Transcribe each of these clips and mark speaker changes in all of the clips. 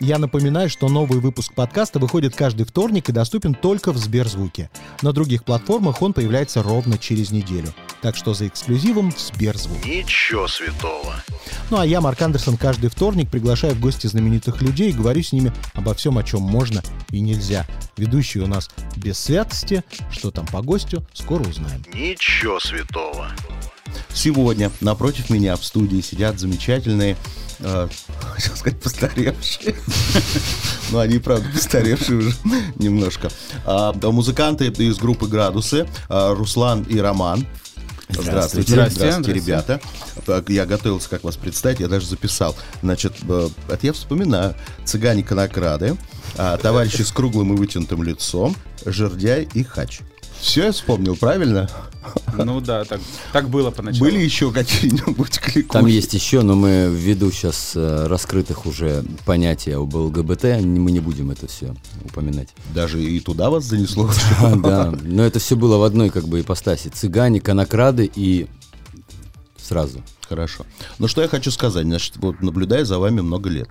Speaker 1: Я напоминаю, что новый выпуск подкаста выходит каждый вторник и доступен только в Сберзвуке. На других платформах он появляется ровно через неделю. Так что за эксклюзивом в Сберзвук.
Speaker 2: Ничего святого.
Speaker 1: Ну а я, Марк Андерсон, каждый вторник приглашаю в гости знаменитых людей и говорю с ними обо всем, о чем можно и нельзя. Ведущий у нас без святости. Что там по гостю, скоро узнаем.
Speaker 2: Ничего святого.
Speaker 3: Сегодня напротив меня в студии сидят замечательные, э, хотел сказать, постаревшие. Но они, правда, постаревшие уже немножко. А, да, Музыканты из группы «Градусы» а, Руслан и Роман. Здравствуйте,
Speaker 4: Здравствуйте.
Speaker 3: здравствуйте, ребята. Так, я готовился, как вас представить, я даже записал. Значит, э, это я вспоминаю. Цыгане-конокрады, а, товарищи с круглым и вытянутым лицом, жердяй и хач. Все я вспомнил, правильно?
Speaker 4: Ну да, так, так было поначалу.
Speaker 3: Были еще какие-нибудь кликухи?
Speaker 5: Там есть еще, но мы ввиду сейчас раскрытых уже понятия об ЛГБТ, не- мы не будем это все упоминать.
Speaker 3: Даже и туда вас занесло.
Speaker 5: Да, но это все было в одной как бы ипостаси. Цыгане, конокрады и сразу.
Speaker 3: Хорошо. Ну что я хочу сказать, значит, вот наблюдая за вами много лет.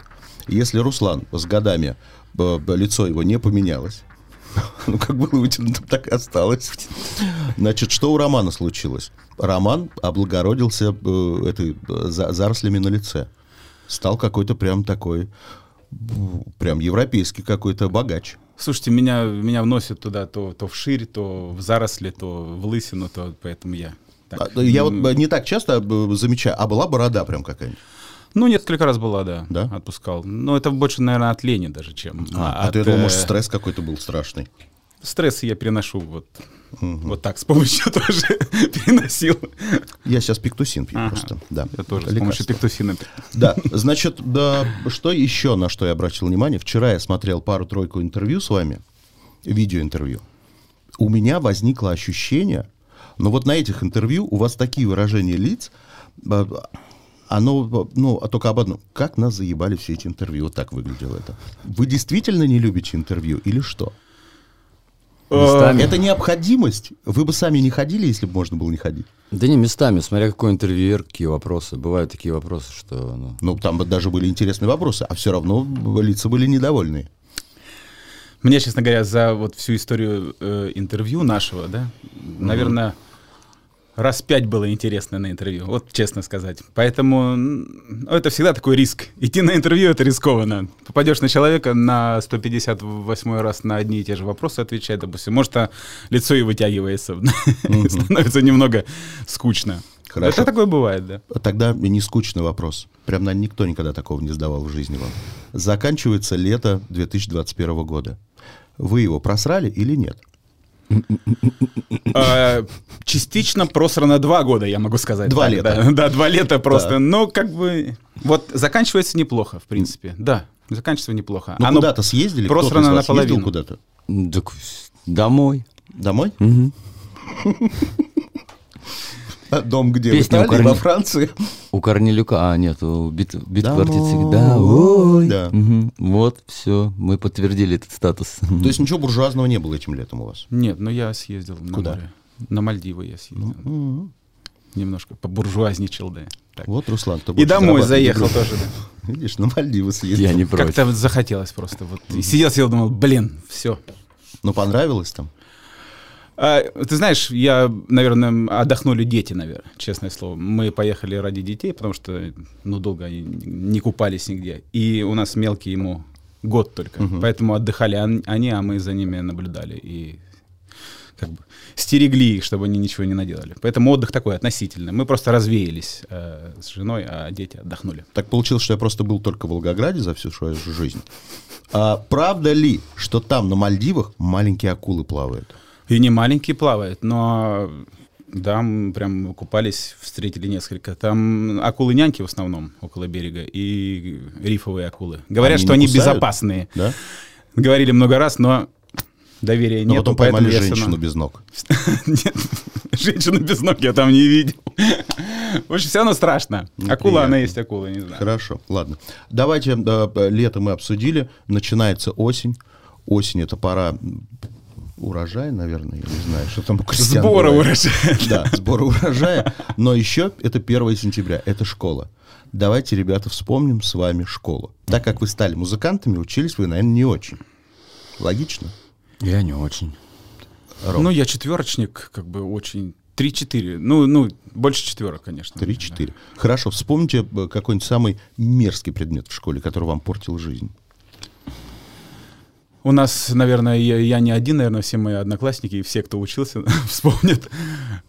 Speaker 3: Если Руслан с годами б- б- лицо его не поменялось, ну как было вытянуто, так и осталось. Значит, что у Романа случилось? Роман облагородился э, этой э, за- зарослями на лице. Стал какой-то прям такой, м, прям европейский какой-то богач.
Speaker 4: Слушайте, меня, меня вносят туда то, то вширь, то в заросли, то в лысину, то поэтому я. так.
Speaker 3: А, Я вот э, не так часто э, замечаю, а была борода прям какая-нибудь.
Speaker 4: Ну, несколько раз была, да,
Speaker 3: Да?
Speaker 4: отпускал. Но это больше, наверное, от лени даже, чем
Speaker 3: А, а
Speaker 4: от,
Speaker 3: ты думал,
Speaker 4: э,
Speaker 3: может, стресс какой-то был страшный?
Speaker 4: Стресс я переношу вот, вот так, с помощью тоже переносил.
Speaker 3: Я сейчас пиктусин пью
Speaker 4: Ага.
Speaker 3: просто. Да.
Speaker 4: Я тоже с
Speaker 3: Лекарство.
Speaker 4: помощью пиктусина.
Speaker 3: Да, значит, да, что еще, на что я обратил внимание? Вчера я смотрел пару-тройку интервью с вами, видеоинтервью. У меня возникло ощущение, но вот на этих интервью у вас такие выражения лиц, а, оно, ну, а только об одном. Как нас заебали все эти интервью, вот так выглядело это. Вы действительно не любите интервью или что?
Speaker 5: Местами.
Speaker 3: Это необходимость. Вы бы сами не ходили, если бы можно было не ходить.
Speaker 5: Да не местами, смотря какой интервьюер, какие вопросы. Бывают такие вопросы, что... ну,
Speaker 3: Ну, там бы даже были интересные вопросы, а все равно лица были недовольные.
Speaker 4: Мне, честно говоря, за вот всю историю э, интервью нашего, да, наверное, раз пять было интересно на интервью, вот честно сказать. Поэтому м, ну, это всегда такой риск. Идти на интервью — это рискованно. Попадешь на человека на 158 раз на одни и те же вопросы отвечает, допустим. Может, а лицо и вытягивается, становится немного скучно.
Speaker 3: Хорошо.
Speaker 4: Это такое бывает, да.
Speaker 3: Тогда не скучный вопрос. Прям, наверное, никто никогда такого не задавал в жизни вам. Заканчивается лето 2021 года. Вы его просрали или нет?
Speaker 4: А, Частично просрано два года, я могу сказать.
Speaker 3: Два
Speaker 4: так,
Speaker 3: лета.
Speaker 4: Да, да, два лета просто. Но как бы... Вот заканчивается неплохо, в принципе. Да, заканчивается неплохо.
Speaker 3: Ну,
Speaker 4: Оно-
Speaker 3: куда-то съездили? Кто-то
Speaker 4: просрано
Speaker 3: из вас
Speaker 4: наполовину.
Speaker 3: ездил куда-то?
Speaker 5: м, Так с- домой.
Speaker 3: Домой? А Дом где?
Speaker 5: Песня
Speaker 3: В Италии,
Speaker 5: Украина.
Speaker 3: во Франции?
Speaker 5: У Корнелюка... А, нет, у бит, бит
Speaker 3: Домой.
Speaker 5: Да, ой.
Speaker 3: Да.
Speaker 5: Мгм. Вот, все, мы подтвердили этот статус.
Speaker 3: То есть ничего буржуазного не было этим летом у вас?
Speaker 4: Нет, ну я съездил на
Speaker 3: Куда? Ну,
Speaker 4: море. На Мальдивы я съездил.
Speaker 3: М.
Speaker 4: Немножко побуржуазничал, да. Так.
Speaker 3: Вот, Руслан, ты
Speaker 4: И
Speaker 3: будешь
Speaker 4: домой
Speaker 3: зарабатывать
Speaker 4: заехал
Speaker 3: деньги.
Speaker 4: тоже, да.
Speaker 3: Видишь, на Мальдивы съездил.
Speaker 5: Я не против.
Speaker 4: Как-то вот захотелось просто. Вот. И сидел, сидел, думал, блин, все.
Speaker 3: Ну, понравилось там?
Speaker 4: А, ты знаешь, я, наверное, отдохнули дети, наверное, честное слово. Мы поехали ради детей, потому что, ну, долго они не купались нигде. И у нас мелкий ему год только. Поэтому отдыхали он- они, а мы за ними наблюдали и как бы стерегли их, чтобы они ничего не наделали. Поэтому отдых такой относительный. Мы просто развеялись э, с женой, а дети отдохнули.
Speaker 3: Так получилось, что я просто был только в Волгограде за всю свою жизнь. А правда ли, что там на Мальдивах маленькие акулы плавают?
Speaker 4: И не маленькие плавают, но да, м, прям купались, встретили несколько. Там акулы-няньки в основном около берега и рифовые акулы. Говорят,
Speaker 3: Они
Speaker 4: что
Speaker 3: не
Speaker 4: они
Speaker 3: кусают?
Speaker 4: безопасные.
Speaker 3: Да?
Speaker 4: Говорили много раз, но доверия
Speaker 3: Но
Speaker 4: нет.
Speaker 3: потом поймали женщину без ног.
Speaker 4: Нет, женщину без ног я там не видел. В общем, все равно страшно.
Speaker 3: Ну,
Speaker 4: Акула, она есть акула, не знаю.
Speaker 3: Хорошо, ладно. Давайте, э, да, лето мы обсудили, начинается осень. Осень – это пора м, урожай, наверное, я не знаю, что там у крестьян
Speaker 4: Сбора
Speaker 3: бывает.
Speaker 4: урожая.
Speaker 3: Да, сбора урожая. Но еще это 1 сентября, это школа. Давайте, ребята, вспомним с вами школу. Так как вы стали музыкантами, учились вы, наверное, не очень. Логично?
Speaker 5: Я не очень.
Speaker 3: Ром.
Speaker 4: Ну, я четверочник, как бы очень... Три-четыре. Ну, ну, больше четверок, конечно. Да.
Speaker 3: 3-4. Хорошо, вспомните э, какой-нибудь самый мерзкий предмет в школе, который вам портил жизнь.
Speaker 4: У нас, наверное, я, я не один, наверное, все мои одноклассники и все, кто учился, вспомнят,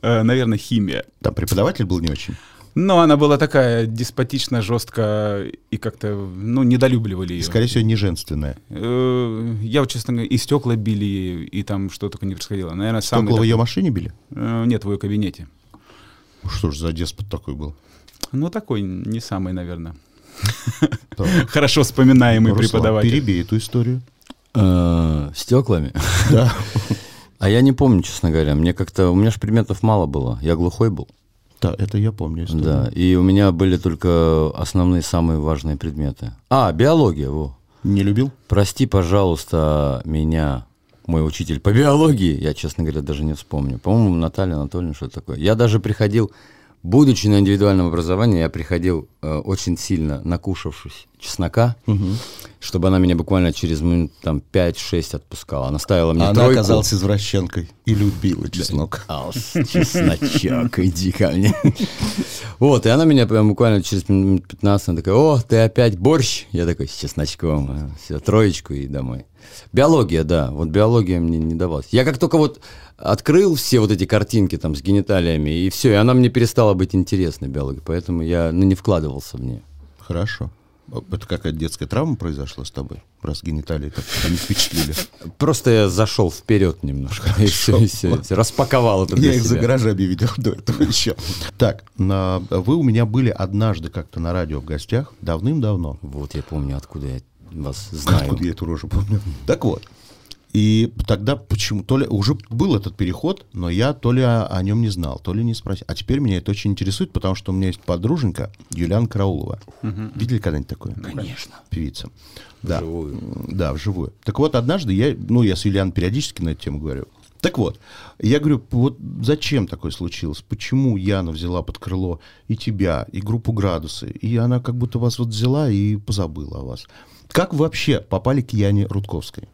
Speaker 4: э, наверное, химия.
Speaker 3: Там преподаватель был не очень.
Speaker 4: Но она была такая деспотично, жестко и как-то, ну, недолюбливали
Speaker 3: И,
Speaker 4: ее.
Speaker 3: скорее всего, не женственная.
Speaker 4: Э, я, вот, честно говоря, и стекла били, ей, и там что только не происходило. Наверное,
Speaker 3: Стекла
Speaker 4: самый...
Speaker 3: в
Speaker 4: такой-
Speaker 3: ее машине били?
Speaker 4: Э, Нет, в ее кабинете.
Speaker 3: Ну Что ж за деспот такой был?
Speaker 4: Ну, такой не самый, наверное,
Speaker 3: Так,
Speaker 4: хорошо вспоминаемый
Speaker 3: Руслан,
Speaker 4: преподаватель.
Speaker 3: перебей эту историю.
Speaker 5: Э, Стеклами?
Speaker 3: Да.
Speaker 5: А я не помню, честно говоря. Мне как-то... У меня же предметов мало было. Я глухой был.
Speaker 3: Да, это я помню историю.
Speaker 5: Да. И у меня были только основные самые важные предметы. А, биология, во.
Speaker 3: Не любил?
Speaker 5: Прости, пожалуйста, меня, мой учитель по биологии, я, честно говоря, даже не вспомню. По-моему, Наталья Анатольевна что такое. Я даже приходил, будучи на индивидуальном образовании, я приходил э, очень сильно накушавшись чеснока, чтобы она меня буквально через минут там 5-6 отпускала. Она ставила мне
Speaker 3: Она
Speaker 5: тройку.
Speaker 3: оказалась извращенкой А, и любила чеснок.
Speaker 5: Аус, чесночок, иди ко мне. Вот, и она меня прям буквально через минут 15, она такая, о, ты опять борщ? Я такой, с чесночком. Все, троечку и домой. Биология, да, вот биология мне не давалась. Я как только вот открыл все вот эти картинки там с гениталиями, и все, и она мне перестала быть интересной, биология, поэтому я, ну, не вкладывался в нее.
Speaker 3: Хорошо. А Это какая-то детская травма произошла с тобой? Раз гениталии так они впечатлили.
Speaker 5: Просто я зашел вперед немножко, и все, и все, и все. распаковал это для
Speaker 3: Я их за
Speaker 5: себя.
Speaker 3: гаражами видел до этого еще. Так, на- вы у меня были однажды как-то на радио в гостях, давным-давно.
Speaker 5: Вот я помню, откуда я вас знаю.
Speaker 3: Откуда я эту рожу помню? Так вот. И тогда почему, то ли уже был этот переход, но я то ли о, о нем не знал, то ли не спросил. А теперь меня это очень интересует, потому что у меня есть подруженька Юлиан Караулова. Видели когда-нибудь такое? Конечно. Певица. Да. М, Да, вживую. Так вот, однажды я, ну, я с Юлиан периодически на эту тему говорю. Так вот, я говорю, вот зачем такое случилось? Почему Яна взяла под крыло и тебя, и группу «Градусы», и она как будто вас вот взяла и позабыла о вас. Как вы вообще попали к Яне Рудковской?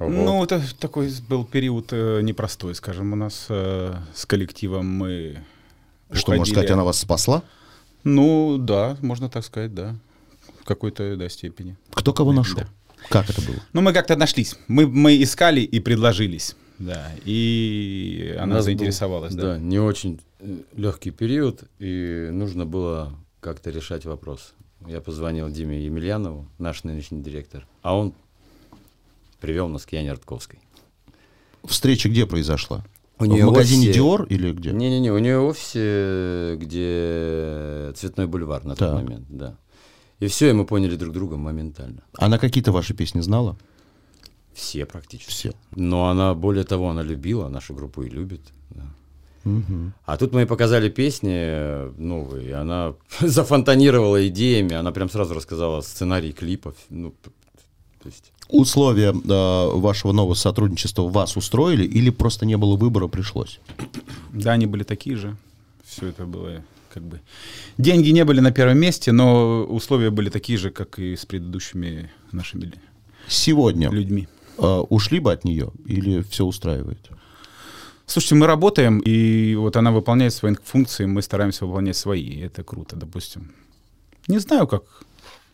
Speaker 4: Ну, это такой был период э, непростой, скажем, у нас э, с коллективом мы...
Speaker 3: Что, можно
Speaker 4: уходили-
Speaker 3: сказать, она вас спасла?
Speaker 4: Ну, да, можно так сказать, да. В какой-то, да, степени.
Speaker 3: Кто кого нашел? Как это было?
Speaker 4: Ну, мы как-то нашлись. Мы, мы искали и предложились. Да, и она
Speaker 5: нас был,
Speaker 4: заинтересовалась, да.
Speaker 5: не очень легкий период, и нужно было как-то решать вопрос. Я позвонил Диме Емельянову, наш нынешний директор, а он привел нас к Яне Рудковской.
Speaker 3: Встреча где произошла?
Speaker 5: У
Speaker 3: в
Speaker 5: нее
Speaker 3: магазине
Speaker 5: офисе-
Speaker 3: Диор или где?
Speaker 5: Не-не-не, у нее офисе, где Цветной бульвар на тот
Speaker 3: Так.
Speaker 5: момент, да. И все, и мы поняли друг друга моментально.
Speaker 3: Она какие-то ваши песни знала?
Speaker 5: Все практически.
Speaker 3: Все.
Speaker 5: Но она, более того, она любила нашу группу и любит. да. А тут мы ей показали песни э, новые, и она зафонтанировала идеями, она прям сразу рассказала сценарий клипов. Ну, п- то есть,
Speaker 3: Условия э, вашего нового сотрудничества вас устроили или просто не было выбора, пришлось?
Speaker 4: Да, они были такие же. Все это было как бы... Деньги не были на первом месте, но условия были такие же, как и с предыдущими нашими лю-
Speaker 3: Сегодня
Speaker 4: людьми.
Speaker 3: э, ушли бы от нее или все устраивает?
Speaker 4: Слушайте, мы работаем, и вот она выполняет свои функции, мы стараемся выполнять свои. и это круто, допустим. Не знаю, как.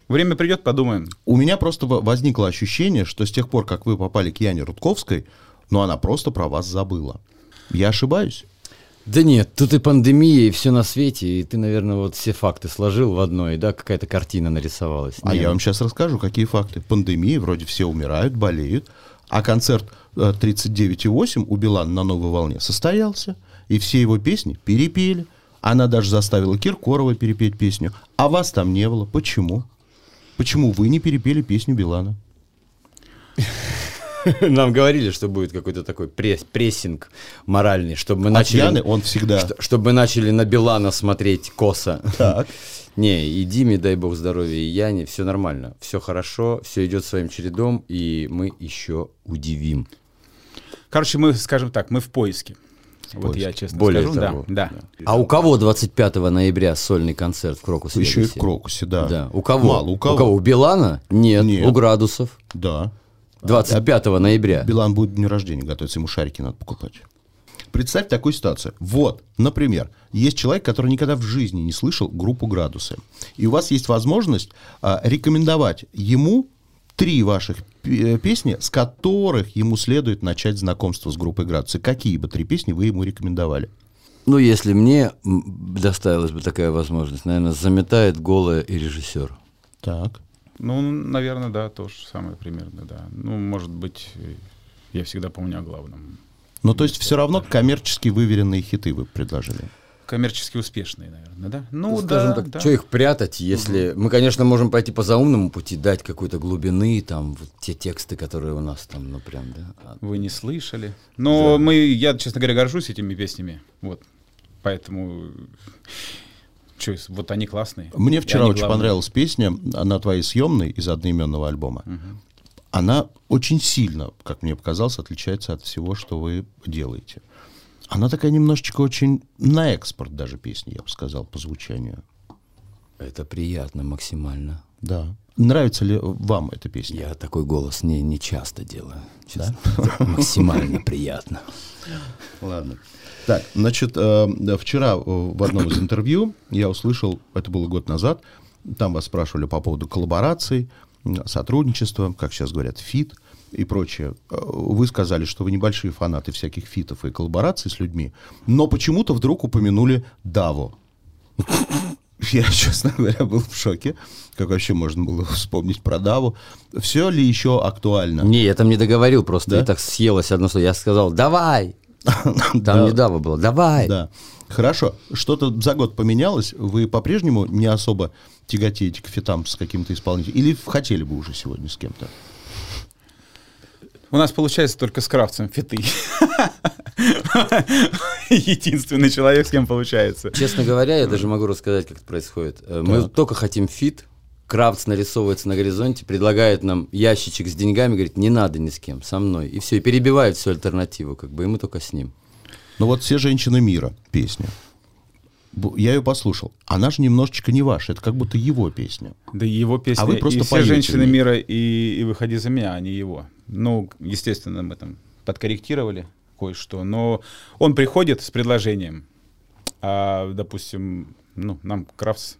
Speaker 4: Время придет, подумаем.
Speaker 3: У меня просто во- возникло ощущение, что с тех пор, как вы попали к Яне Рудковской, ну она просто про вас забыла. Я ошибаюсь?
Speaker 5: да нет, тут и пандемия, и все на свете, и ты, наверное, вот все факты сложил в одно, и да, какая-то картина нарисовалась.
Speaker 3: А
Speaker 5: Не,
Speaker 3: я
Speaker 5: ну,
Speaker 3: вам сейчас расскажу, какие факты. Пандемии, вроде все умирают, болеют, а концерт э, 39,8 у Билана на новой волне состоялся, и все его песни перепели. Она даже заставила Киркорова перепеть песню. А вас там не было. Почему? Почему вы не перепели песню Билана?
Speaker 5: Нам говорили, что будет какой-то такой пресс- прессинг моральный, чтобы мы
Speaker 3: От
Speaker 5: начали...
Speaker 3: Яны он всегда...
Speaker 5: Что- чтобы начали на Билана смотреть косо.
Speaker 3: Так.
Speaker 5: Не, и Диме, дай бог здоровья, и Яне, все нормально, все хорошо, все идет своим чередом, и мы еще удивим.
Speaker 4: Короче, мы, скажем так, мы в поиске. Вот
Speaker 3: поиске.
Speaker 4: я честно
Speaker 5: Более
Speaker 4: скажу, да,
Speaker 5: того,
Speaker 4: да.
Speaker 5: А у кого 25 ноября сольный концерт в Крокусе?
Speaker 3: Еще и в
Speaker 5: Вегасе?
Speaker 3: Крокусе, да.
Speaker 5: Да. У кого?
Speaker 3: Мало, у кого?
Speaker 5: У Билана? Нет.
Speaker 3: Нет. А,
Speaker 5: У Градусов?
Speaker 3: Да.
Speaker 5: 25 ноября.
Speaker 3: А Билан будет к дню рождения готовиться, ему шарики надо покупать. Представь такую ситуацию. Вот, например, есть человек, который никогда в жизни не слышал группу «Градусы». И у вас есть возможность а, рекомендовать ему три ваших пе- э, песни, с которых ему следует начать знакомство с группой «Градусы». Какие бы три песни вы ему рекомендовали?
Speaker 5: Ну, если мне м, доставилась бы такая возможность, наверное, заметает голая и режиссер.
Speaker 3: Так.
Speaker 4: Ну, наверное, да, то же самое примерно, да. Ну, может быть, э, я всегда помню о главном.
Speaker 3: Ну, то есть все равно коммерчески выверенные хиты вы предложили.
Speaker 4: Коммерчески успешные, наверное, да. Ну,
Speaker 5: Скажем
Speaker 4: да,
Speaker 5: так,
Speaker 4: да.
Speaker 5: что их прятать, если... Мы, конечно, можем пойти по заумному пути, дать какой-то глубины, там, вот те тексты, которые у нас там, ну, прям, да. А
Speaker 4: Вы не слышали. Но мы, я, честно говоря, горжусь этими песнями. Вот. Поэтому. Че, вот они классные.
Speaker 3: Мне
Speaker 4: И
Speaker 3: вчера
Speaker 4: они
Speaker 3: очень
Speaker 4: главные.
Speaker 3: понравилась песня «Она твоей съемной» из одноименного альбома. Она очень сильно, как мне показалось, отличается от всего, что вы делаете. Она такая немножечко очень на экспорт даже песня, я бы сказал, по звучанию.
Speaker 5: Это приятно максимально.
Speaker 3: Да. Нравится ли вам эта песня?
Speaker 5: Я такой голос не, не часто делаю. честно. Это Максимально приятно.
Speaker 3: Ладно. Так, значит, э, да, вчера э, в одном из интервью я услышал, это было год назад, там вас спрашивали по поводу коллабораций, м, сотрудничества, как сейчас говорят, фит и прочее. Э, Вы сказали, что вы небольшие фанаты всяких фитов и коллабораций с людьми, но почему-то вдруг упомянули Даву. Я, честно говоря, был в шоке, как вообще можно было вспомнить про Даву. Все ли еще актуально?
Speaker 5: Не, я там не договорил просто.
Speaker 3: Да?
Speaker 5: И так съелось одно слово. Я сказал, давай. Там
Speaker 3: Да.
Speaker 5: недавно было. Давай.
Speaker 3: Да. Хорошо. Что-то за год поменялось? Вы по-прежнему не особо тяготеете к фитам с каким-то исполнителем? Или хотели бы уже сегодня с кем-то?
Speaker 4: У нас получается только с кравцем фиты. Единственный человек, с кем получается.
Speaker 5: Честно говоря, я даже могу рассказать, как это происходит. Э, Мы только хотим фит. Крафтс нарисовывается на горизонте, предлагает нам ящичек с деньгами, говорит, не надо ни с кем, со мной. И все, и перебивает всю альтернативу, как бы, и мы только с ним.
Speaker 3: Ну вот «Все женщины мира» песня. Бу- Я ее послушал. Она же немножечко не ваша. Это как будто его песня.
Speaker 4: Да и его песня.
Speaker 3: А вы просто
Speaker 4: и все
Speaker 3: поете
Speaker 4: женщины
Speaker 3: мне.
Speaker 4: мира и, и выходи за меня, а не его. Ну, естественно, мы там подкорректировали кое-что, но он приходит с предложением. А, допустим, ну, нам Кравс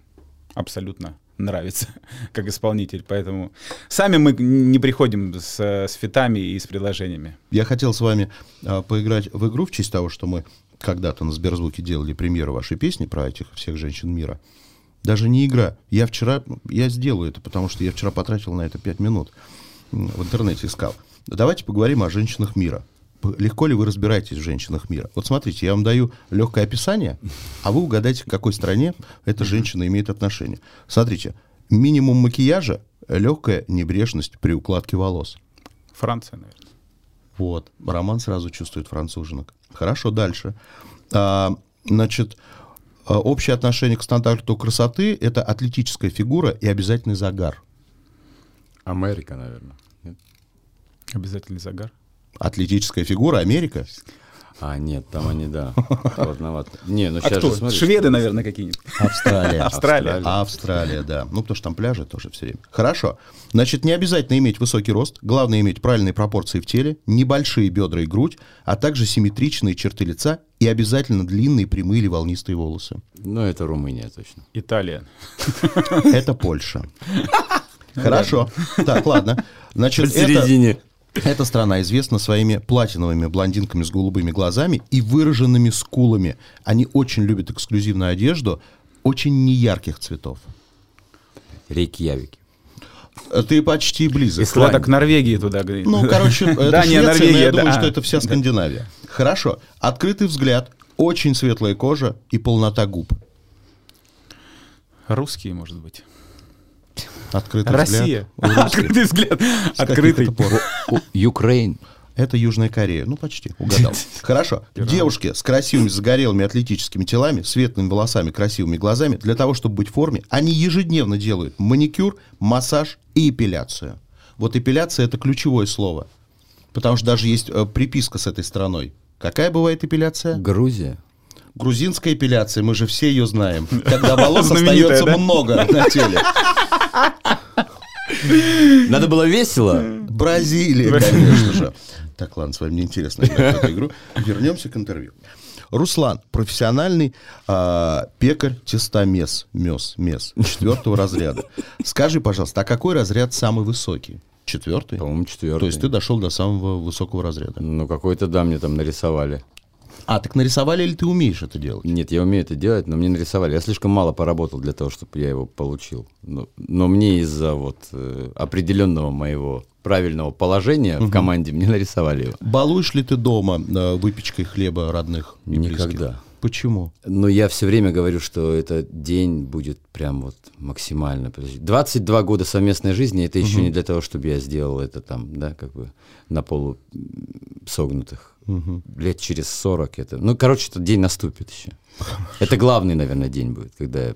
Speaker 4: абсолютно нравится как исполнитель, поэтому сами мы не приходим с, э, с фитами и с предложениями.
Speaker 3: Я хотел с вами а, поиграть в игру в честь того, что мы когда-то на Сберзвуке делали премьеру вашей песни про этих всех женщин мира. Даже не игра. Я вчера, я сделаю это, потому что я вчера потратил на это 5 минут. М, В интернете искал. Давайте поговорим о женщинах мира. П- Легко ли вы разбираетесь в женщинах мира? Вот смотрите, я вам даю легкое описание, а вы угадайте, к какой стране эта женщина имеет отношение. Смотрите, минимум макияжа, легкая небрежность при укладке волос.
Speaker 4: Франция, наверное.
Speaker 3: Вот. Роман сразу чувствует француженок. Хорошо, дальше. А, значит, а, общее отношение к стандарту красоты – это атлетическая фигура и обязательный загар.
Speaker 5: Америка, наверное.
Speaker 4: Обязательный загар.
Speaker 3: Атлетическая фигура, Америка.
Speaker 5: А, нет, там они, да, холодновато. Не, ну
Speaker 4: А
Speaker 5: сейчас
Speaker 4: кто?
Speaker 5: же смотри.
Speaker 4: Шведы, наверное, какие-нибудь.
Speaker 3: Австралия. А
Speaker 4: Австралия.
Speaker 3: Австралия, да. Ну, потому что там пляжи тоже все время. Хорошо. Значит, не обязательно иметь высокий рост. Главное иметь правильные пропорции в теле, небольшие бедра и грудь, а также симметричные черты лица и обязательно длинные, прямые или волнистые волосы.
Speaker 5: Ну, это Румыния точно.
Speaker 4: Италия.
Speaker 3: Это Польша. Хорошо. Так, ладно. Значит, это,
Speaker 5: Посередине.
Speaker 3: эта страна известна своими платиновыми блондинками с голубыми глазами и выраженными скулами. Они очень любят эксклюзивную одежду, очень неярких цветов.
Speaker 5: Рейкьявик.
Speaker 3: Э, Ты почти близок.
Speaker 4: Если так к Норвегии туда. говорит.
Speaker 3: Ну, короче, это Швеция,
Speaker 4: Дания,
Speaker 3: но
Speaker 4: Норвегия,
Speaker 3: я думаю,
Speaker 4: да.
Speaker 3: что это вся Скандинавия. Хорошо. Открытый взгляд, очень светлая кожа и полнота губ.
Speaker 4: Русские, может быть.
Speaker 3: Открытый
Speaker 4: Россия.
Speaker 3: взгляд. Русские.
Speaker 4: Открытый взгляд.
Speaker 3: С каких
Speaker 4: Открытый.
Speaker 3: это пор?
Speaker 5: Украин.
Speaker 3: Это Южная Корея. Ну, почти. Угадал. Хорошо. Девушки с красивыми, загорелыми, атлетическими телами, светлыми волосами, красивыми глазами, для того, чтобы быть в форме, они ежедневно делают маникюр, массаж и эпиляцию. Вот эпиляция – это ключевое слово. Потому что даже есть э, приписка с этой страной. Какая бывает эпиляция?
Speaker 5: Грузия.
Speaker 3: Грузинская эпиляция, мы же все ее знаем. Когда волос
Speaker 4: Знаменитая,
Speaker 3: остается
Speaker 4: да?
Speaker 3: много на теле.
Speaker 5: Надо было весело.
Speaker 3: Бразилия, конечно же. Так, ладно, с вами неинтересно играть в эту игру. Вернемся к интервью. Руслан, профессиональный а, пекарь тестомес, мес, мес, четвертого разряда. Скажи, пожалуйста, а какой разряд самый высокий? Четвертый?
Speaker 5: По-моему, четвертый.
Speaker 3: То есть ты дошел до самого высокого разряда.
Speaker 5: Ну, какой-то, да, мне там нарисовали.
Speaker 3: А, так нарисовали ли ты умеешь это делать?
Speaker 5: Нет, я умею это делать, но мне нарисовали. Я слишком мало поработал для того, чтобы я его получил. Но, но мне из-за вот э, определенного моего правильного положения в команде мне нарисовали его.
Speaker 3: Балуешь ли ты дома э, выпечкой хлеба родных? и близких?
Speaker 5: Никогда.
Speaker 3: Почему?
Speaker 5: Но я все время говорю, что этот день будет прям вот максимально. потому что 22 года совместной жизни, это еще не для того, чтобы я сделал это там, да, как бы на полу м, согнутых. Лет через 40 это. Ну, короче, этот день наступит еще. Это главный, наверное, день будет, когда я...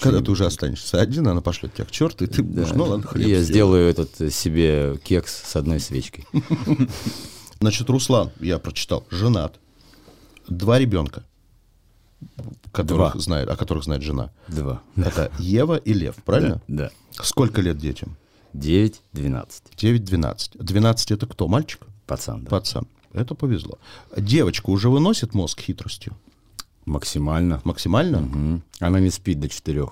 Speaker 3: Когда ты уже останешься один, она пошлет тебя к черту, и ты будешь, ну ладно, хлеб
Speaker 5: И я
Speaker 3: съел».
Speaker 5: сделаю этот э, себе кекс с одной свечкой.
Speaker 3: Значит, Руслан, я прочитал, женат. Два ребенка, которых
Speaker 5: Два.
Speaker 3: знает, о которых знает жена.
Speaker 5: Два.
Speaker 3: Это Ева и Лев, правильно?
Speaker 5: Да.
Speaker 3: Сколько лет детям?
Speaker 5: 9-12.
Speaker 3: 9-12. 12 это кто? Мальчик?
Speaker 5: Пацан, да.
Speaker 3: Пацан. Это повезло. Девочка уже выносит мозг хитростью?
Speaker 5: Максимально.
Speaker 3: Максимально?
Speaker 5: Мгм. Она не спит до 4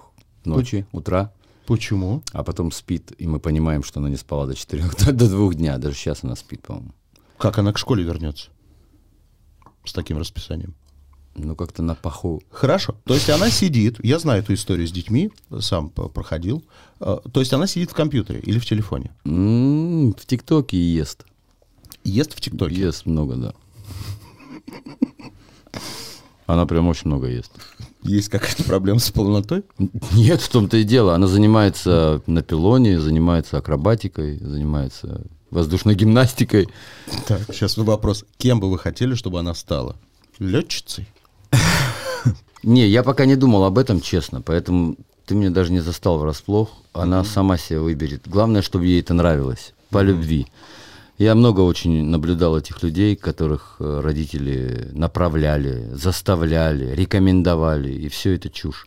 Speaker 5: ночи, утра.
Speaker 3: Почему?
Speaker 5: А потом спит, и мы понимаем, что она не спала до 4, до, до двух дня. Даже сейчас она спит, по-моему.
Speaker 3: Как она к школе вернется? С таким расписанием.
Speaker 5: Ну, как-то на паху.
Speaker 3: Хорошо. То есть она сидит, я знаю эту историю с детьми, сам п- проходил. Э, То есть она сидит в компьютере или в телефоне?
Speaker 5: М, М-м, в ТикТоке ест.
Speaker 3: Ест в ТикТоке.
Speaker 5: Ест много, да. Она прям очень много ест.
Speaker 3: Есть какая-то проблема с полнотой?
Speaker 5: Нет, в том-то и дело. Она занимается на пилоне, занимается акробатикой, занимается воздушной гимнастикой.
Speaker 3: Так, сейчас Ну, вопрос. Кем бы вы хотели, чтобы она стала? Летчицей?
Speaker 5: Не, я пока не думал об этом, честно, поэтому ты меня даже не застал врасплох. Она сама себя выберет. Главное, чтобы ей это нравилось. По любви. Я много очень наблюдал этих людей, которых э, родители направляли, заставляли, рекомендовали, и все это чушь.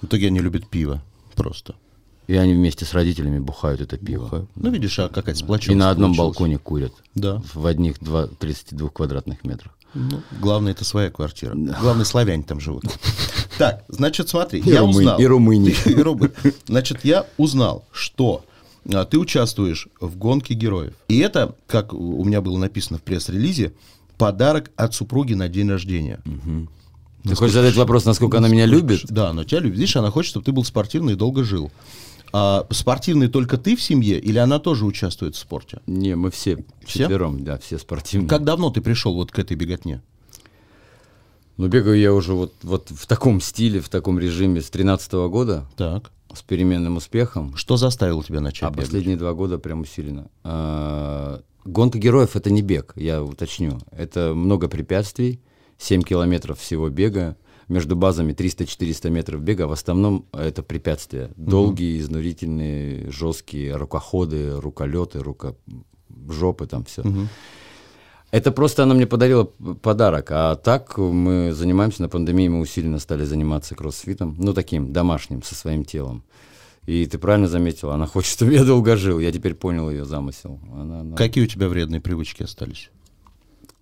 Speaker 3: В итоге они любят пиво. Просто.
Speaker 5: И они вместе с родителями бухают это пиво.
Speaker 3: Ну, видишь, а какая
Speaker 5: И
Speaker 3: сплоченность
Speaker 5: на одном
Speaker 3: получилась.
Speaker 5: балконе курят.
Speaker 3: Да.
Speaker 5: В одних два- 32 квадратных метрах.
Speaker 3: Ну, главное, это своя квартира. Главное, славяне там живут. Так, значит, смотри,
Speaker 5: И
Speaker 3: я
Speaker 5: румы-
Speaker 3: узнал.
Speaker 5: и румыне.
Speaker 3: И румы. Значит, я узнал, что а, ты участвуешь в гонке героев. И это, как у меня было написано в пресс-релизе, подарок от супруги на день рождения.
Speaker 5: Ты хочешь задать вопрос, насколько она меня любит?
Speaker 3: Да, но тебя любит. Видишь, она хочет, чтобы ты был спортивный и долго жил. А спортивный только ты в семье или она тоже участвует в спорте?
Speaker 5: Не, мы все,
Speaker 3: Все?
Speaker 5: четвером, да, все спортивные.
Speaker 3: Как давно ты пришел вот к этой беготне?
Speaker 5: Ну, бегаю я уже вот, вот в таком стиле, в таком режиме с 13 года,
Speaker 3: Так.
Speaker 5: с переменным успехом.
Speaker 3: Что заставило тебя начать
Speaker 5: А
Speaker 3: бегать?
Speaker 5: последние два года прям усиленно. А, Гонка героев это не бег, я уточню. Это много препятствий, 7 километров всего бега, между базами 300-400 метров бега, а в основном это препятствия. Долгие, изнурительные, жесткие рукоходы, руколеты, рука жопы там все. Это просто она мне подарила п- подарок. А так мы занимаемся, на пандемии мы усиленно стали заниматься кроссфитом, ну таким, домашним, со своим телом. И ты правильно заметила, она хочет, чтобы я долго жил. Я теперь понял ее замысел. Она, она-
Speaker 3: Какие у тебя вредные привычки остались?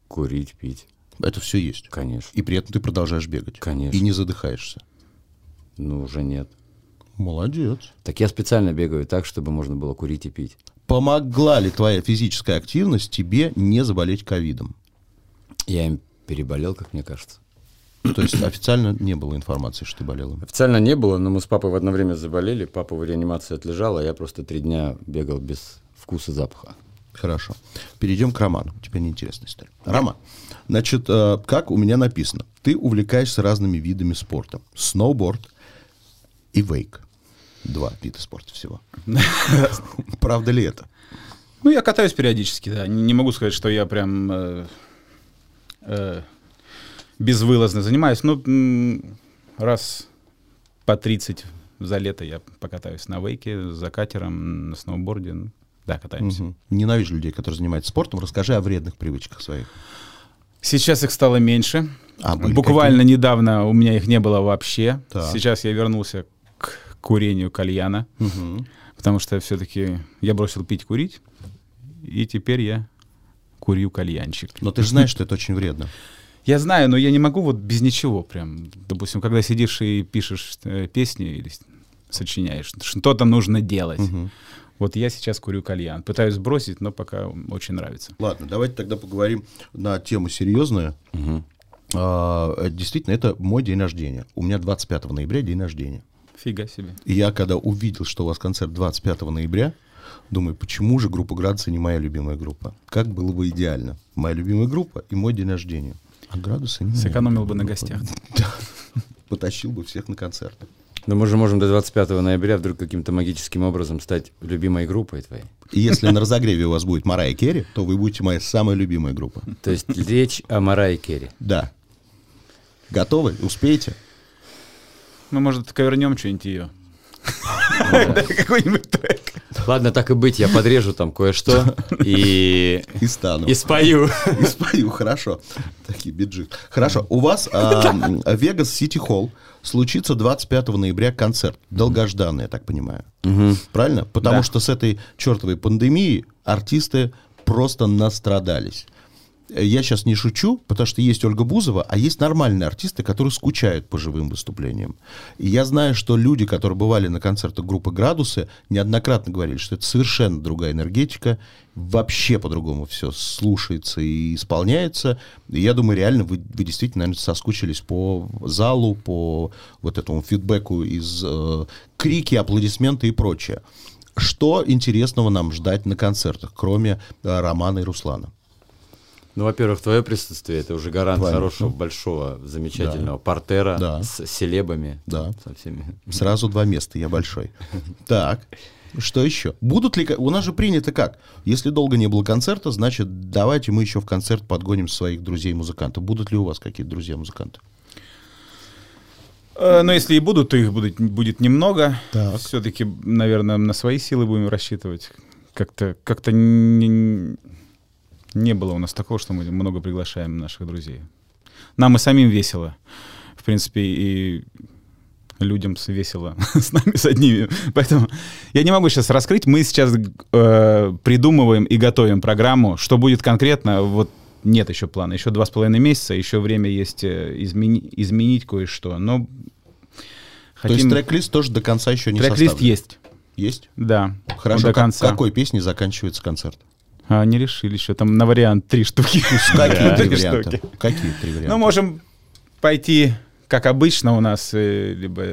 Speaker 5: Курить, пить.
Speaker 3: Это все есть.
Speaker 5: Конечно.
Speaker 3: И при этом ты продолжаешь бегать.
Speaker 5: Конечно.
Speaker 3: И не задыхаешься.
Speaker 5: Ну, уже нет.
Speaker 3: Молодец.
Speaker 5: Так я специально бегаю так, чтобы можно было курить и пить.
Speaker 3: Помогла ли твоя физическая активность тебе не заболеть ковидом?
Speaker 5: Я им переболел, как мне кажется.
Speaker 3: То есть официально не было информации, что ты болела.
Speaker 5: Официально не было, но мы с папой в одно время заболели. Папа в реанимации отлежал, а я просто три дня бегал без вкуса запаха.
Speaker 3: Хорошо. Перейдем к Роману. У тебя неинтересная история. Роман, значит, э, как у меня написано, ты увлекаешься разными видами спорта. Сноуборд и вейк. Два вида спорта всего. Правда ли это?
Speaker 4: Ну, я катаюсь периодически, да. Не, не могу сказать, что я прям э, э, безвылазно занимаюсь. Ну, м, раз по 30 за лето я покатаюсь на вейке, за катером, на сноуборде. Ну, Да, катаемся.
Speaker 3: Мгм. Ненавижу людей, которые занимаются спортом. Расскажи о вредных привычках своих.
Speaker 4: Сейчас их стало меньше.
Speaker 3: А были
Speaker 4: Буквально недавно у меня их не было вообще.
Speaker 3: Так.
Speaker 4: Сейчас я вернулся к курению кальяна,
Speaker 3: Мгм.
Speaker 4: потому что все-таки я бросил пить курить, и теперь я курю кальянчик.
Speaker 3: Но ты же знаешь, что это очень вредно.
Speaker 4: Я знаю, но я не могу вот без ничего прям. Допустим, когда сидишь и пишешь э, песни или с- сочиняешь, что-то нужно делать. Вот я сейчас курю кальян. Пытаюсь бросить, но пока очень нравится.
Speaker 3: Ладно, давайте тогда поговорим на тему серьезную. А, действительно, это мой день рождения. У меня 25 ноября день рождения.
Speaker 4: Фига себе.
Speaker 3: И я когда увидел, что у вас концерт 25 ноября, думаю, почему же группа «Градусы» не моя любимая группа? Как было бы идеально. Моя любимая группа и мой день рождения. А «Градусы» не моя
Speaker 4: Сэкономил бы
Speaker 3: любимая
Speaker 4: на
Speaker 3: группа.
Speaker 4: гостях.
Speaker 3: Да. Потащил бы всех на концерт.
Speaker 5: Но мы же можем до 25 ноября вдруг каким-то магическим образом стать любимой группой твоей.
Speaker 3: И если на разогреве у вас будет Марая Керри, то вы будете моя самая любимая группа.
Speaker 5: То есть речь о Марае Керри.
Speaker 3: Да. Готовы? Успеете?
Speaker 4: Ну, может, ковернем что-нибудь ее. Какой-нибудь трек.
Speaker 5: Ладно, так и быть, я подрежу там кое-что и...
Speaker 3: И стану.
Speaker 5: и спою.
Speaker 3: И спою, хорошо. Такие биджи. Хорошо, у вас а, м, Вегас Сити Холл случится 25 ноября концерт. Долгожданный, я так понимаю. Правильно? Потому
Speaker 4: Да.
Speaker 3: что с этой чертовой пандемией артисты просто настрадались. Э, Я сейчас не шучу, потому что есть Ольга Бузова, а есть нормальные артисты, которые скучают по живым выступлениям. И я знаю, что люди, которые бывали на концертах группы «Градусы», неоднократно говорили, что это совершенно другая энергетика, вообще по-другому все слушается и исполняется. И я думаю, реально вы, вы действительно, наверное, соскучились по залу, по вот этому фидбэку из э, крики, аплодисменты и прочее. Что интересного нам ждать на концертах, кроме э, Романа и Руслана?
Speaker 5: Ну, во-первых, твое присутствие это уже гарант
Speaker 3: Правильно.
Speaker 5: хорошего, большого, замечательного портера
Speaker 3: Да.
Speaker 5: с селебами.
Speaker 3: Да.
Speaker 5: Со всеми.
Speaker 3: Сразу два места, я большой. Так, что еще? Будут ли... ко- У нас же принято как? Если долго не было концерта, значит, давайте мы еще в концерт подгоним своих друзей-музыкантов. Будут ли у вас какие-то друзья-музыканты?
Speaker 4: Э, Но если и будут, то их будет, будет немного.
Speaker 1: Так.
Speaker 4: Все-таки, наверное, на свои силы будем рассчитывать. Как-то как не, не было у нас такого, что мы много приглашаем наших друзей. Нам и самим весело. В принципе, и людям с- весело с нами, с одними. Поэтому я не могу сейчас раскрыть. Мы сейчас э, придумываем и готовим программу. Что будет конкретно, вот нет еще плана. Еще два с половиной месяца, еще время есть э, измени- изменить кое-что. Но
Speaker 3: То
Speaker 4: хотим...
Speaker 3: есть трек-лист тоже до конца еще не
Speaker 4: Трек-лист
Speaker 3: составлен?
Speaker 4: есть.
Speaker 3: Есть?
Speaker 4: Да.
Speaker 3: Хорошо.
Speaker 4: До
Speaker 3: Как-
Speaker 4: конца.
Speaker 3: какой песней заканчивается концерт?
Speaker 4: А, не решили еще. Там на вариант три штуки.
Speaker 3: Какие три
Speaker 4: Три
Speaker 3: варианта?
Speaker 4: штуки.
Speaker 3: Какие три варианта?
Speaker 4: Ну, можем пойти, как обычно у нас, э, либо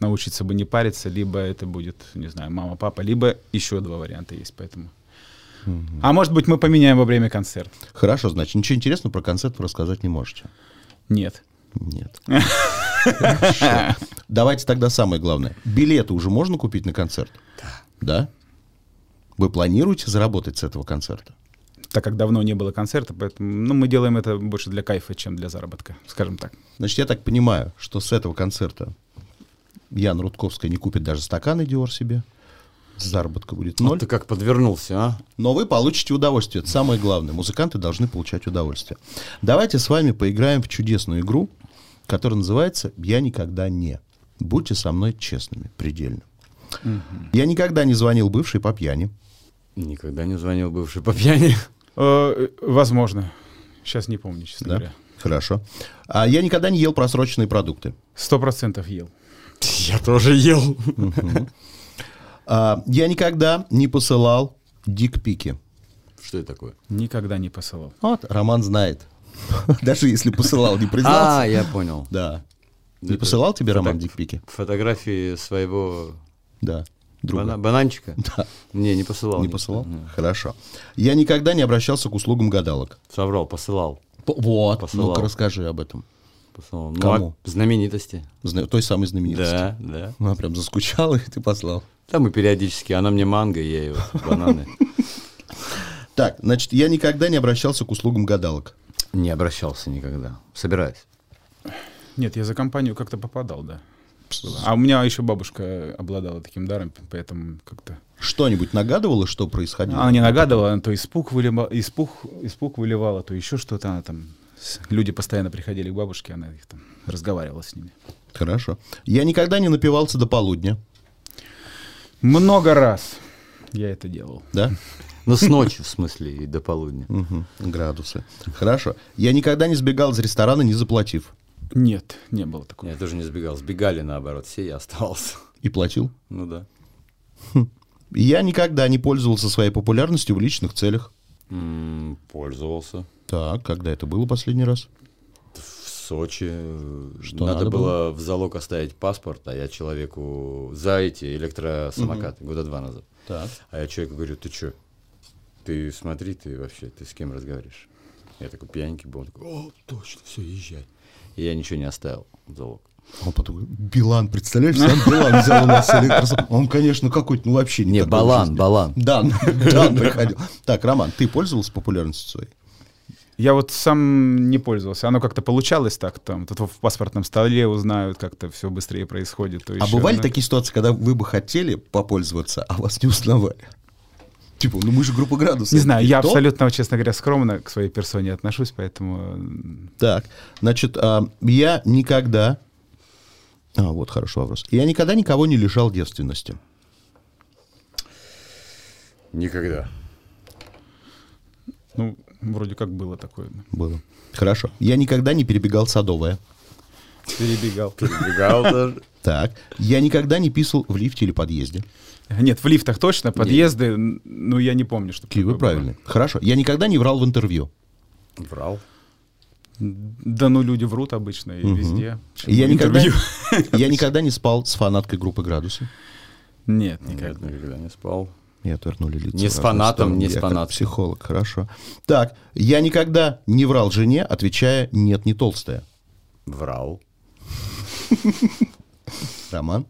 Speaker 4: научиться бы не париться, либо это будет, не знаю, мама, папа, либо еще два варианта есть, поэтому. А может быть, мы поменяем во время концерта?
Speaker 3: Хорошо, значит, ничего интересного про концерт вы рассказать не можете.
Speaker 4: Нет.
Speaker 3: Нет. Хорошо. Давайте тогда самое главное. Билеты уже можно купить на концерт? Да. Вы планируете заработать с этого концерта?
Speaker 4: Так как давно не было концерта, поэтому ну, мы делаем это больше для кайфа, чем для заработка, скажем так.
Speaker 3: Значит, я так понимаю, что с этого концерта Ян Рудковская не купит даже стаканы Диор себе. Заработка будет
Speaker 5: Ну,
Speaker 3: ноль.
Speaker 5: ты как подвернулся, а?
Speaker 3: Но вы получите удовольствие. Это самое главное. Музыканты должны получать удовольствие. Давайте с вами поиграем в чудесную игру, которая называется «Я никогда не». Будьте со мной честными, предельно. Я никогда не звонил бывшей по пьяни.
Speaker 5: Никогда не звонил бывший по пьяни.
Speaker 4: Э, возможно. Сейчас не помню, честно
Speaker 3: Да?
Speaker 4: говоря.
Speaker 3: Хорошо. А я никогда не ел просроченные продукты.
Speaker 4: Сто процентов ел.
Speaker 5: Я тоже ел.
Speaker 3: А я никогда не посылал дикпики.
Speaker 5: Что это такое?
Speaker 4: Никогда не посылал.
Speaker 3: Вот, Роман знает. Даже если посылал, не
Speaker 5: А,
Speaker 3: признался.
Speaker 5: я понял.
Speaker 3: Да. Не посылал тебе, Роман, дикпики?
Speaker 5: Фотографии своего
Speaker 3: Да.
Speaker 5: бана-
Speaker 3: Друга.
Speaker 5: бананчика?
Speaker 3: Да.
Speaker 5: Не, не посылал.
Speaker 3: Не
Speaker 5: никто.
Speaker 3: посылал?
Speaker 5: Не.
Speaker 3: Хорошо. Я никогда не обращался к услугам гадалок.
Speaker 5: Соврал, посылал.
Speaker 3: Вот.
Speaker 5: Посылал.
Speaker 3: Ну-ка расскажи об этом.
Speaker 5: посылал. Ну,
Speaker 3: Кому?
Speaker 5: а знаменитости.
Speaker 3: Зна- Той самой знаменитости. Ну,
Speaker 5: Да, да.
Speaker 3: Она прям заскучала, и ты послал.
Speaker 5: Там и периодически. Она мне манго, я ей вот бананы.
Speaker 3: Так, значит, я никогда не обращался к услугам гадалок.
Speaker 5: Не обращался никогда. Собираюсь.
Speaker 4: Нет, я за компанию как-то попадал, да. было. А у меня еще бабушка обладала таким даром, поэтому как-то...
Speaker 3: Что-нибудь нагадывало, что происходило?
Speaker 4: Она не нагадывала, она то испуг, вылива- испуг, испуг выливала, то еще что-то. Она там... с- Люди постоянно приходили к бабушке, она их там разговаривала с ними.
Speaker 3: Хорошо. Я никогда не напивался до полудня,
Speaker 4: Много раз я это делал.
Speaker 3: да?
Speaker 5: Ну, с ночи, в смысле, и до полудня.
Speaker 3: Мгм. Градусы. Хорошо. Я никогда не сбегал из ресторана, не заплатив.
Speaker 4: Нет, не было такого.
Speaker 5: Я тоже не сбегал. Сбегали, наоборот, все, я оставался.
Speaker 3: И платил.
Speaker 5: Ну да.
Speaker 3: Я никогда не пользовался своей популярностью в личных целях.
Speaker 5: М, Пользовался.
Speaker 3: Так, когда это было последний раз?
Speaker 5: В Сочи э,
Speaker 3: Что
Speaker 5: надо,
Speaker 3: надо
Speaker 5: было, в залог оставить паспорт, а я человеку за эти электросамокаты года два назад.
Speaker 3: Так.
Speaker 5: А я человеку говорю, ты что? Ты смотри, ты вообще, ты с кем разговариваешь? Я такой пьяненький был, он такой, о, точно, все, езжай. И я ничего не оставил в залог.
Speaker 3: Он потом Билан, представляешь, сам Билан взял у нас электрос- Он, конечно, какой-то, ну вообще не
Speaker 5: Не,
Speaker 3: такой в
Speaker 5: балан,
Speaker 3: жизни.
Speaker 5: балан.
Speaker 3: Дан, Дан приходил. Так, Роман, ты пользовался популярностью своей?
Speaker 4: Я вот сам не пользовался. Оно как-то получалось так там. Тут в паспортном столе узнают, как-то все быстрее происходит. то
Speaker 3: А
Speaker 4: еще,
Speaker 3: бывали
Speaker 4: да.
Speaker 3: такие ситуации, когда вы бы хотели попользоваться, а вас не узнавали? Типа, ну мы же группа градусов.
Speaker 4: Не знаю,
Speaker 3: И
Speaker 4: я
Speaker 3: то-
Speaker 4: абсолютно, вот, честно говоря, скромно к своей персоне отношусь, поэтому... м,
Speaker 3: Так, значит, а, я никогда... А, вот хороший вопрос. Я никогда никого не лишал девственности.
Speaker 5: Никогда.
Speaker 4: Ну, вроде как было такое.
Speaker 3: Было. Хорошо. Я никогда не перебегал садовое.
Speaker 4: Перебегал.
Speaker 5: Перебегал даже.
Speaker 3: Так. Я никогда не писал в лифте или подъезде.
Speaker 4: Нет, в лифтах точно, подъезды, н- ну, я не помню, что
Speaker 3: Какие вы правильные. Хорошо. Я никогда не врал в интервью.
Speaker 5: Врал.
Speaker 4: Да ну, люди врут обычно и везде.
Speaker 3: Я никогда,
Speaker 4: Интервью.
Speaker 3: я никогда не спал с фанаткой группы «Градусы».
Speaker 4: Нет,
Speaker 5: Нет,
Speaker 4: никогда.
Speaker 5: никогда не спал.
Speaker 3: Не отвернули лицо.
Speaker 5: Не с
Speaker 3: в разные
Speaker 5: фанатом,
Speaker 3: стороны.
Speaker 5: не с
Speaker 3: Я как
Speaker 5: фанатом.
Speaker 3: Психолог, хорошо. Так, я никогда не врал жене, отвечая «нет, не толстая».
Speaker 5: Врал.
Speaker 3: Роман?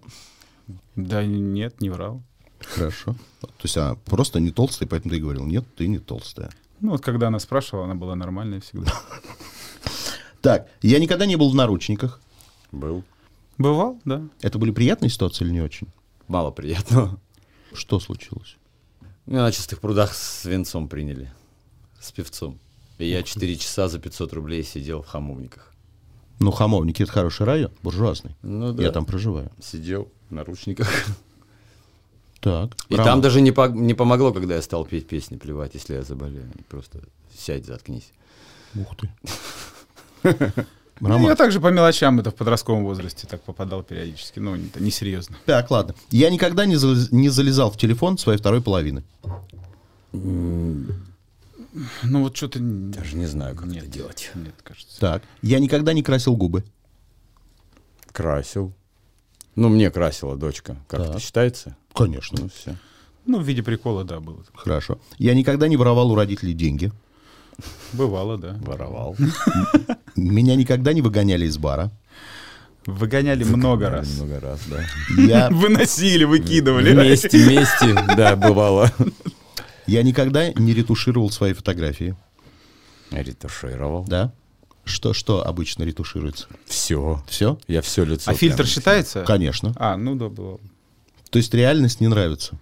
Speaker 4: Да нет, не врал.
Speaker 3: Хорошо. То есть она просто не толстая, поэтому ты и говорил «нет, ты не толстая».
Speaker 4: Ну, вот когда она спрашивала, она была нормальная всегда.
Speaker 3: Так, я никогда не был в наручниках.
Speaker 5: Был.
Speaker 4: Бывал, да.
Speaker 3: Это были приятные ситуации или не очень?
Speaker 5: Мало приятного.
Speaker 3: Что случилось?
Speaker 5: Меня Ну, на чистых прудах с венцом приняли. С певцом. И я 4 часа за 500 рублей сидел в хамовниках.
Speaker 3: Ну, Хамовники — это хороший район, буржуазный.
Speaker 5: Ну
Speaker 3: Я там проживаю.
Speaker 5: сидел в наручниках.
Speaker 3: Так.
Speaker 5: И
Speaker 3: Роман.
Speaker 5: там даже не, пог- не помогло, когда я стал петь песни, плевать, если я заболею. Просто сядь, заткнись.
Speaker 3: Ух ты.
Speaker 4: Ну,
Speaker 3: Роман.
Speaker 4: я также по мелочам это в подростковом возрасте так попадал периодически. Ну, не- не серьезно.
Speaker 3: Так, ладно. Я никогда не, залез- не залезал в телефон своей второй половины.
Speaker 4: Ну, вот что-то...
Speaker 5: Даже не знаю, как
Speaker 4: Нет.
Speaker 5: это делать.
Speaker 4: Нет, кажется.
Speaker 3: Так. Я никогда не красил губы.
Speaker 5: Красил. Ну, мне красила дочка. Как это считается?
Speaker 3: Конечно.
Speaker 5: Ну, все.
Speaker 4: Ну, в виде прикола, да, было.
Speaker 3: Хорошо. Я никогда не воровал у родителей деньги.
Speaker 4: Бывало, да.
Speaker 5: Воровал.
Speaker 3: Меня никогда не выгоняли из бара.
Speaker 4: Выгоняли много раз.
Speaker 5: Много раз, да.
Speaker 3: Я,
Speaker 4: Выносили, выкидывали.
Speaker 5: Вместе, вместе, да, бывало.
Speaker 3: я никогда не ретушировал свои фотографии.
Speaker 5: Ретушировал.
Speaker 3: Да? Что, что обычно ретушируется?
Speaker 5: Все.
Speaker 3: Все?
Speaker 5: Я все лицо.
Speaker 4: А фильтр
Speaker 5: прям-
Speaker 4: считается?
Speaker 3: Конечно.
Speaker 4: А, ну да, было.
Speaker 3: То есть реальность не нравится.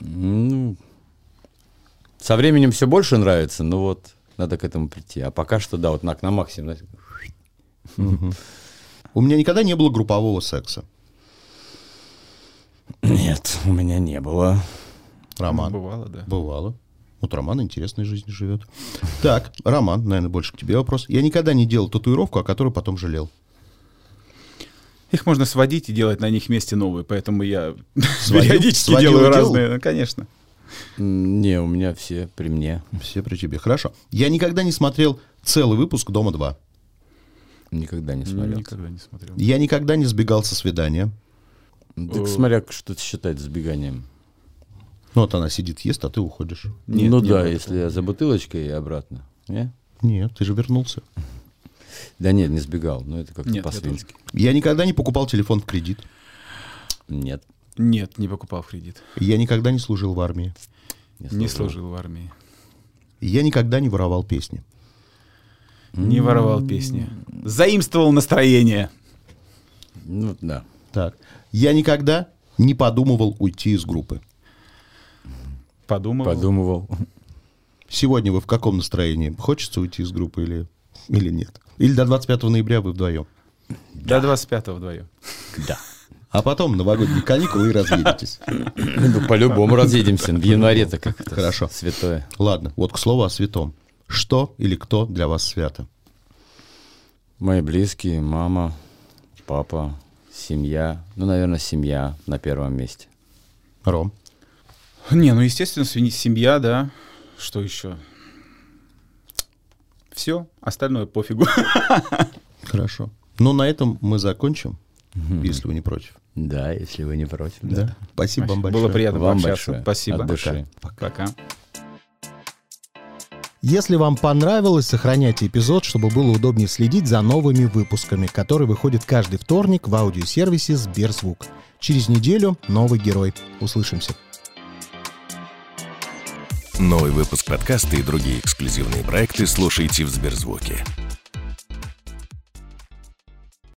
Speaker 5: Ну, со временем все больше нравится, но вот надо к этому прийти. А пока что, да, вот на, на максимум. знаете,
Speaker 3: У меня никогда не было группового секса.
Speaker 5: Нет, у меня не было.
Speaker 3: Роман.
Speaker 4: Бывало, да.
Speaker 3: Бывало. Вот Роман интересной жизнью живет. Так, Роман, наверное, больше к тебе вопрос. Я никогда не делал татуировку, о которой потом жалел.
Speaker 4: Их можно сводить и делать на них вместе новые, поэтому я
Speaker 3: Сводил?
Speaker 4: периодически
Speaker 3: Сводил и
Speaker 4: делаю
Speaker 3: делал?
Speaker 4: разные, ну, конечно.
Speaker 5: М, Не, у меня все при мне.
Speaker 3: Все при тебе. Хорошо. Я никогда не смотрел целый выпуск «Дома 2».
Speaker 5: Никогда не смотрел.
Speaker 4: Никогда не смотрел.
Speaker 3: Я никогда не сбегал со свидания.
Speaker 5: Так смотря, что ты считать сбеганием.
Speaker 3: Ну, вот она сидит, ест, а ты уходишь.
Speaker 4: Нет,
Speaker 5: ну
Speaker 4: не
Speaker 5: да,
Speaker 4: было
Speaker 5: если я за бутылочкой и обратно. Не?
Speaker 3: Нет, ты же вернулся.
Speaker 5: Да нет, не сбегал. Ну это как-то
Speaker 4: Нет, я
Speaker 5: по-свински.
Speaker 3: Я никогда не покупал телефон в кредит.
Speaker 5: Нет.
Speaker 4: Нет, не покупал в кредит.
Speaker 3: Я никогда не служил в армии.
Speaker 4: Не служил в армии.
Speaker 3: Я никогда не воровал песни.
Speaker 4: Не воровал песни. Заимствовал настроение.
Speaker 5: Ну, да.
Speaker 3: Так. Я никогда не подумывал уйти из группы.
Speaker 4: Подумал.
Speaker 5: Подумывал.
Speaker 3: Сегодня вы в каком настроении? Хочется уйти из группы или, или нет? Или до 25 ноября вы вдвоем?
Speaker 4: До 25-го вдвоем.
Speaker 5: Да.
Speaker 3: А потом новогодние каникулы и разъедетесь.
Speaker 5: Ну, по-любому разъедемся. В январе-то как это
Speaker 3: Хорошо.
Speaker 5: святое.
Speaker 3: Ладно, вот к слову о святом. Что или кто для вас свято?
Speaker 5: Мои близкие, мама, папа, семья. Ну, наверное, семья на первом месте.
Speaker 3: Ром.
Speaker 4: Не, ну, естественно, свини- семья, да. Что еще? Все, остальное пофигу.
Speaker 3: Хорошо. Ну, на этом мы закончим, если вы не против.
Speaker 5: Да, если вы не против.
Speaker 3: Спасибо вам большое.
Speaker 4: Было приятно
Speaker 5: Вам
Speaker 4: пообщаться.
Speaker 5: большое.
Speaker 4: Спасибо.
Speaker 5: От души.
Speaker 4: Пока.
Speaker 1: Если вам понравилось, сохраняйте эпизод, чтобы было удобнее следить за новыми выпусками, которые выходят каждый вторник в аудиосервисе Сберзвук. Через неделю новый герой. Услышимся.
Speaker 6: Новый выпуск подкаста и другие эксклюзивные проекты слушайте в Сберзвуке.